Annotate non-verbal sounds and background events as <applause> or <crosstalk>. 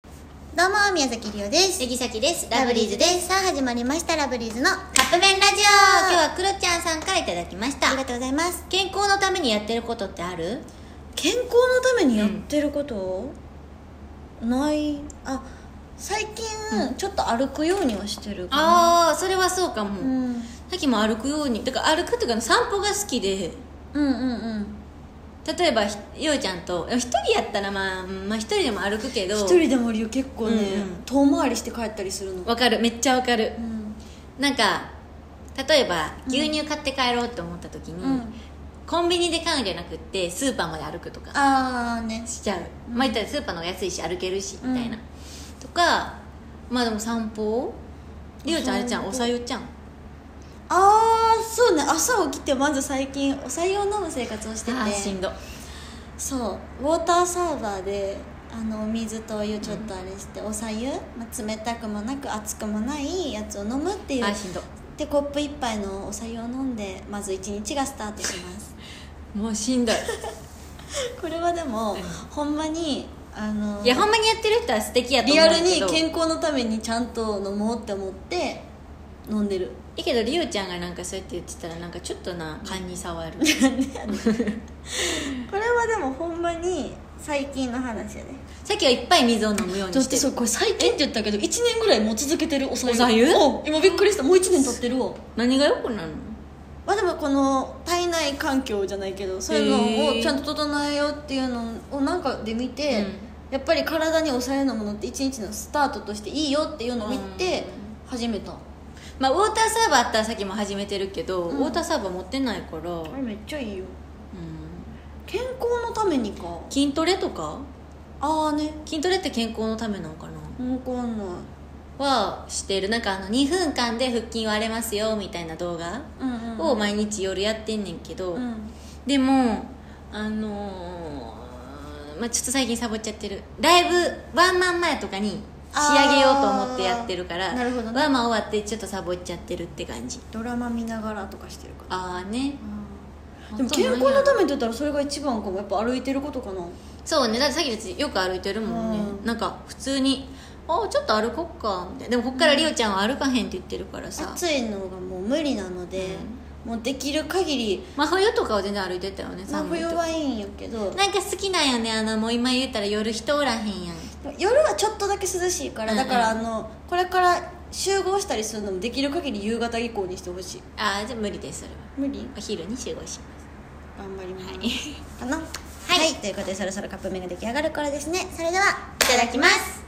どうも宮崎りおです杉崎ですララブブリリーズーズでですすさあ始まりましたラブリーズのあカップ麺ラジオ今日はクロちゃんさんからいただきましたりがとうございます健康のためにやってることってある健康のためにやってること、ないあ最近、ちょっと歩くようにはしてるかなああそれはそうかも、うん、さっきも歩くようにだから歩くというか散歩が好きでうんうんうん例えばひようちゃんと一人やったらまあうんまあ、一人でも歩くけど一人でもりお結構ね、うんうん遠回りして帰ったりするのわかるめっちゃわかるうんなんか例えば牛乳買って帰ろうって思った時に、うんコンビニで買うんじゃなくってスーパーまで歩くとかああねしちゃう、まあ言ったらスーパーの方が安いし歩けるしみたいうな、んとかまあでも散歩りおちゃんあれち散ゃん歩おさゆちゃんああそうね朝起きてまず最近お酒を飲む生活をしててあーしんどそうウォーターサーバーであのお水とお湯ちょっとあれして、おさ湯、まあ、冷たくもなく熱くもないやつを飲むっていうあーしんどでコップ一杯のおさ湯を飲んでまず一日がスタートします <laughs> もうしんどいこれはでも、うんほんまにあのいやほんまにやってる人は素敵やとリ思うアけルどに健康のためにちゃんと飲もうって思って飲んでるいいけどりおちゃんがなんかそうやって言ってたらなんかちょっとな勘に触 <laughs> るこれはでもほんまに最近の話やねさっきはいっぱい水を飲むようにだっしててそうこれ最近って言ったけど1年ぐらいもう続けてるおさゆお白湯お今びっくりしたもう1年経ってるわ何が良くなるのまあでもこの体内環境じゃないけどそういうのをへーちゃんと整えようっていうのをなんかで見て、うんやっぱり体に抑えるものって一日のスタートとしていいよっていうのを見て始めた、まあウォーターサーバーあったらさっきも始めてるけど、うんウォーターサーバー持ってないから、うん、あれめっちゃいいよ健康のためにか筋トレとかああね筋トレって健康のためなのかな分かんないはしてるなんかあの2分間で腹筋割れますよみたいな動画うんを毎日夜やってんねんけど、うんでもあのーまあ、ちょっと最近サボっちゃってるライブワンマン前とかに仕上げようと思ってやってるからあーなるほどねワンマン終わってちょっとサボっちゃってるって感じドラマ見ながらとかしてるからああねでもあと健何や康のためって言ったらそれが一番かもやっぱ歩いてることかなそうねだってさっき別によく歩いてるもんね、うんなんか普通に「ああちょっと歩こっか」みたいなでもこっからリオちゃんは歩かへんって言ってるからさ、暑いのがもう無理なので、もうできる限りまあ冬とかは全然歩いてたよねまあ寒い冬とかはいいんやけどなんか好きなんよねあのもう今言ったら夜人おらへんやん夜はちょっとだけ涼しいからうんうだんからあのこれから集合したりするのもできる限り夕方以降にしてほしいああじゃあ無理ですそれは無理お昼に集合します頑張ります、はいかなはい、ということでそろそろカップ麺が出来上がる頃ですねそれではいただきます